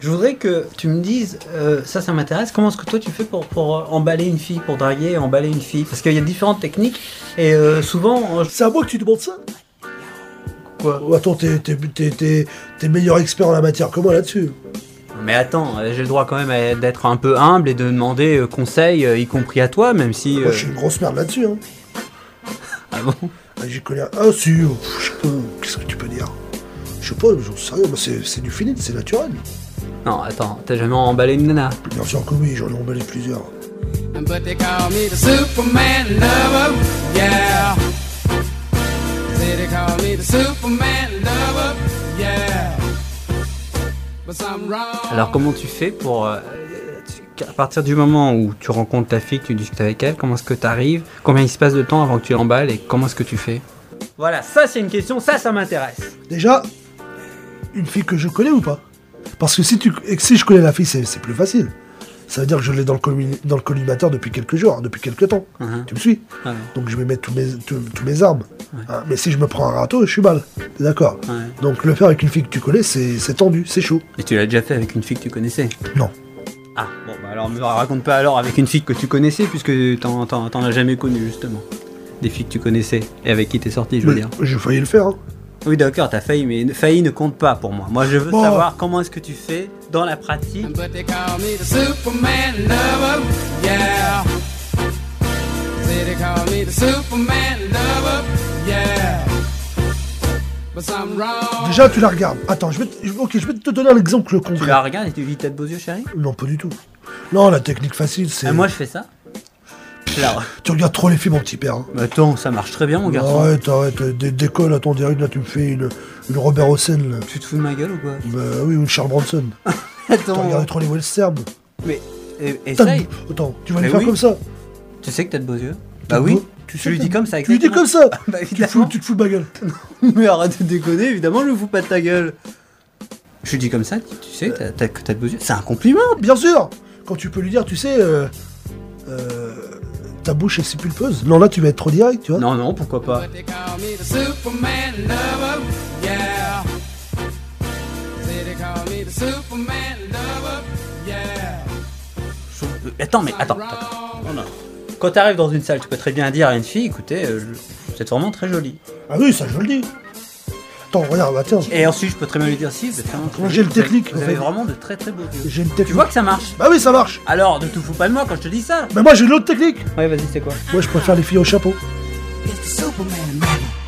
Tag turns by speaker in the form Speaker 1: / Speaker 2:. Speaker 1: Je voudrais que tu me dises, euh, ça, ça m'intéresse, comment est-ce que toi tu fais pour, pour euh, emballer une fille, pour draguer, emballer une fille Parce qu'il y a différentes techniques et euh, souvent, euh,
Speaker 2: C'est à moi que tu demandes ça
Speaker 1: Quoi
Speaker 2: Oh, Attends, t'es, t'es, t'es- t'es- t'es meilleur expert en la matière que moi là-dessus.
Speaker 1: Mais attends, euh, j'ai le droit quand même à- d'être un peu humble et de demander euh, conseil, euh, y compris à toi, même si.
Speaker 2: Moi,
Speaker 1: euh,
Speaker 2: je suis une grosse merde là-dessus. Hein.
Speaker 1: ah bon
Speaker 2: Ah, J'y connais. Ah, si, oh, je sais pas, qu'est-ce que tu peux dire Je sais pas, j'en sais rien, mais c'est, c'est du feeling, c'est naturel.
Speaker 1: Non, attends, t'as jamais emballé une nana
Speaker 2: Bien sûr que oui, j'en ai emballé plusieurs.
Speaker 3: But they call me the Superman lover, yeah. Say they call me the Superman lover, yeah. But something wrong.
Speaker 1: Alors comment tu fais pour... euh, tu- à partir du moment où tu rencontres ta fille, que tu discutes avec elle, comment est-ce que tu arrives Combien il se passe de temps avant que tu l'emballes et comment est-ce que tu fais Voilà, ça c'est une question, ça ça m'intéresse.
Speaker 2: Déjà, une fille que je connais ou pas Parce que si, tu, et que si je connais la fille, c'est, c'est plus facile. Ça veut dire que je l'ai dans le, colli- dans le collimateur depuis quelques jours, hein, depuis quelques temps.
Speaker 1: Mhm.
Speaker 2: Tu me suis
Speaker 1: Ouais.
Speaker 2: Donc je vais mettre tous mes, tous, tous mes armes. Hein, mais si je me prends un râteau, je suis mal. T'es d'accord
Speaker 1: Ouais.
Speaker 2: Donc le faire avec une fille que tu connais, c'est, c'est tendu, c'est chaud.
Speaker 1: Et tu l'as déjà fait avec une fille que tu connaissais
Speaker 2: Non.
Speaker 1: Ah, bon bah alors me raconte pas alors avec une fille que tu connaissais puisque t'en, t'en- t'en as jamais connu justement. Des filles que tu connaissais et avec qui t'es sorti, je veux
Speaker 2: Mais
Speaker 1: dire.
Speaker 2: J'ai failli le faire. hein.
Speaker 1: Oui d'accord, t'as failli, mais failli ne compte pas pour moi. Moi je veux
Speaker 2: Bon.
Speaker 1: savoir comment est-ce que tu fais dans la pratique
Speaker 3: But they call me the Superman lover, yeah. Say they call me the Superman lover, yeah. But something wrong.
Speaker 2: Déjà, tu la regardes. Attends, je vais te, je- ok, je vais te donner l'exemple
Speaker 1: Tu
Speaker 2: concret.
Speaker 1: la regardes et tu vis t'as de beaux yeux chérie
Speaker 2: Non, pas du tout. Non, la technique facile, c'est.
Speaker 1: Ah, moi je fais ça. Alors,
Speaker 2: Tu regardes trop les films, mon petit père. hein.
Speaker 1: mais attends, ça marche très bien mon garçon.
Speaker 2: Arrête, arrête, euh, dé- décolle, attends, direct, là, tu me fais une, une Robert Hossein, là.
Speaker 1: Tu te fous de ma gueule ou quoi
Speaker 2: Bah oui, ou une Charles Bronson.
Speaker 1: Ah
Speaker 2: T'as regardé
Speaker 1: Attends.
Speaker 2: trop les westerns.
Speaker 1: Mais e-
Speaker 2: T'as-
Speaker 1: essaye.
Speaker 2: Attends, tu vas les
Speaker 1: Mais
Speaker 2: faire
Speaker 1: oui.
Speaker 2: comme ça.
Speaker 1: Tu sais que t'as de beaux yeux
Speaker 2: T'as
Speaker 1: Bah
Speaker 2: de
Speaker 1: oui.
Speaker 2: beaux-
Speaker 1: Tu
Speaker 2: sais
Speaker 1: lui
Speaker 2: que-
Speaker 1: dis comme ça.
Speaker 2: Tu lui dis
Speaker 1: exactement.
Speaker 2: comme ça
Speaker 1: Bah
Speaker 2: tu, te fous,
Speaker 1: évidemment.
Speaker 2: tu te fous de ma gueule.
Speaker 1: Mais arrête de déconner, évidemment je vous fous pas de ta gueule. Je lui dis comme ça, tu tu sais que t'as- t'as- que t'as de beaux yeux. C'est un compliment.
Speaker 2: Bien sûr Quand tu peux lui dire, tu sais, euh, euh, ta bouche est si pulpeuse. Non, là, tu vas être trop direct, tu vois.
Speaker 1: Non, non, pourquoi pas.
Speaker 3: But they call me the Superman lover, yeah. Say they call me the Superman lover, yeah.
Speaker 1: Euh, Attends, mais attends. attends. Non, non. Quand t'arrives dans une salle, tu peux très bien dire à une fille, écoutez, euh, je- vous êtes vraiment très jolie.
Speaker 2: Ah oui, ça, je le dis. Attends, regarde, bah tiens,
Speaker 1: Et ensuite, je peux très bien lui dire si, vous êtes vraiment très
Speaker 2: Moi,
Speaker 1: jolie,
Speaker 2: j'ai le
Speaker 1: vous avez-
Speaker 2: technique, en
Speaker 1: Vous avez
Speaker 2: fait.
Speaker 1: vraiment de très très beaux yeux.
Speaker 2: j'ai une technique.
Speaker 1: Tu vois que ça marche
Speaker 2: Bah oui, ça marche
Speaker 1: Alors, ne te fous pas de moi quand je te dis ça
Speaker 2: Bah moi, j'ai une autre technique
Speaker 1: Ouais, vas-y, c'est quoi
Speaker 2: Moi, je préfère les filles au chapeau.
Speaker 3: It's the Superman lover.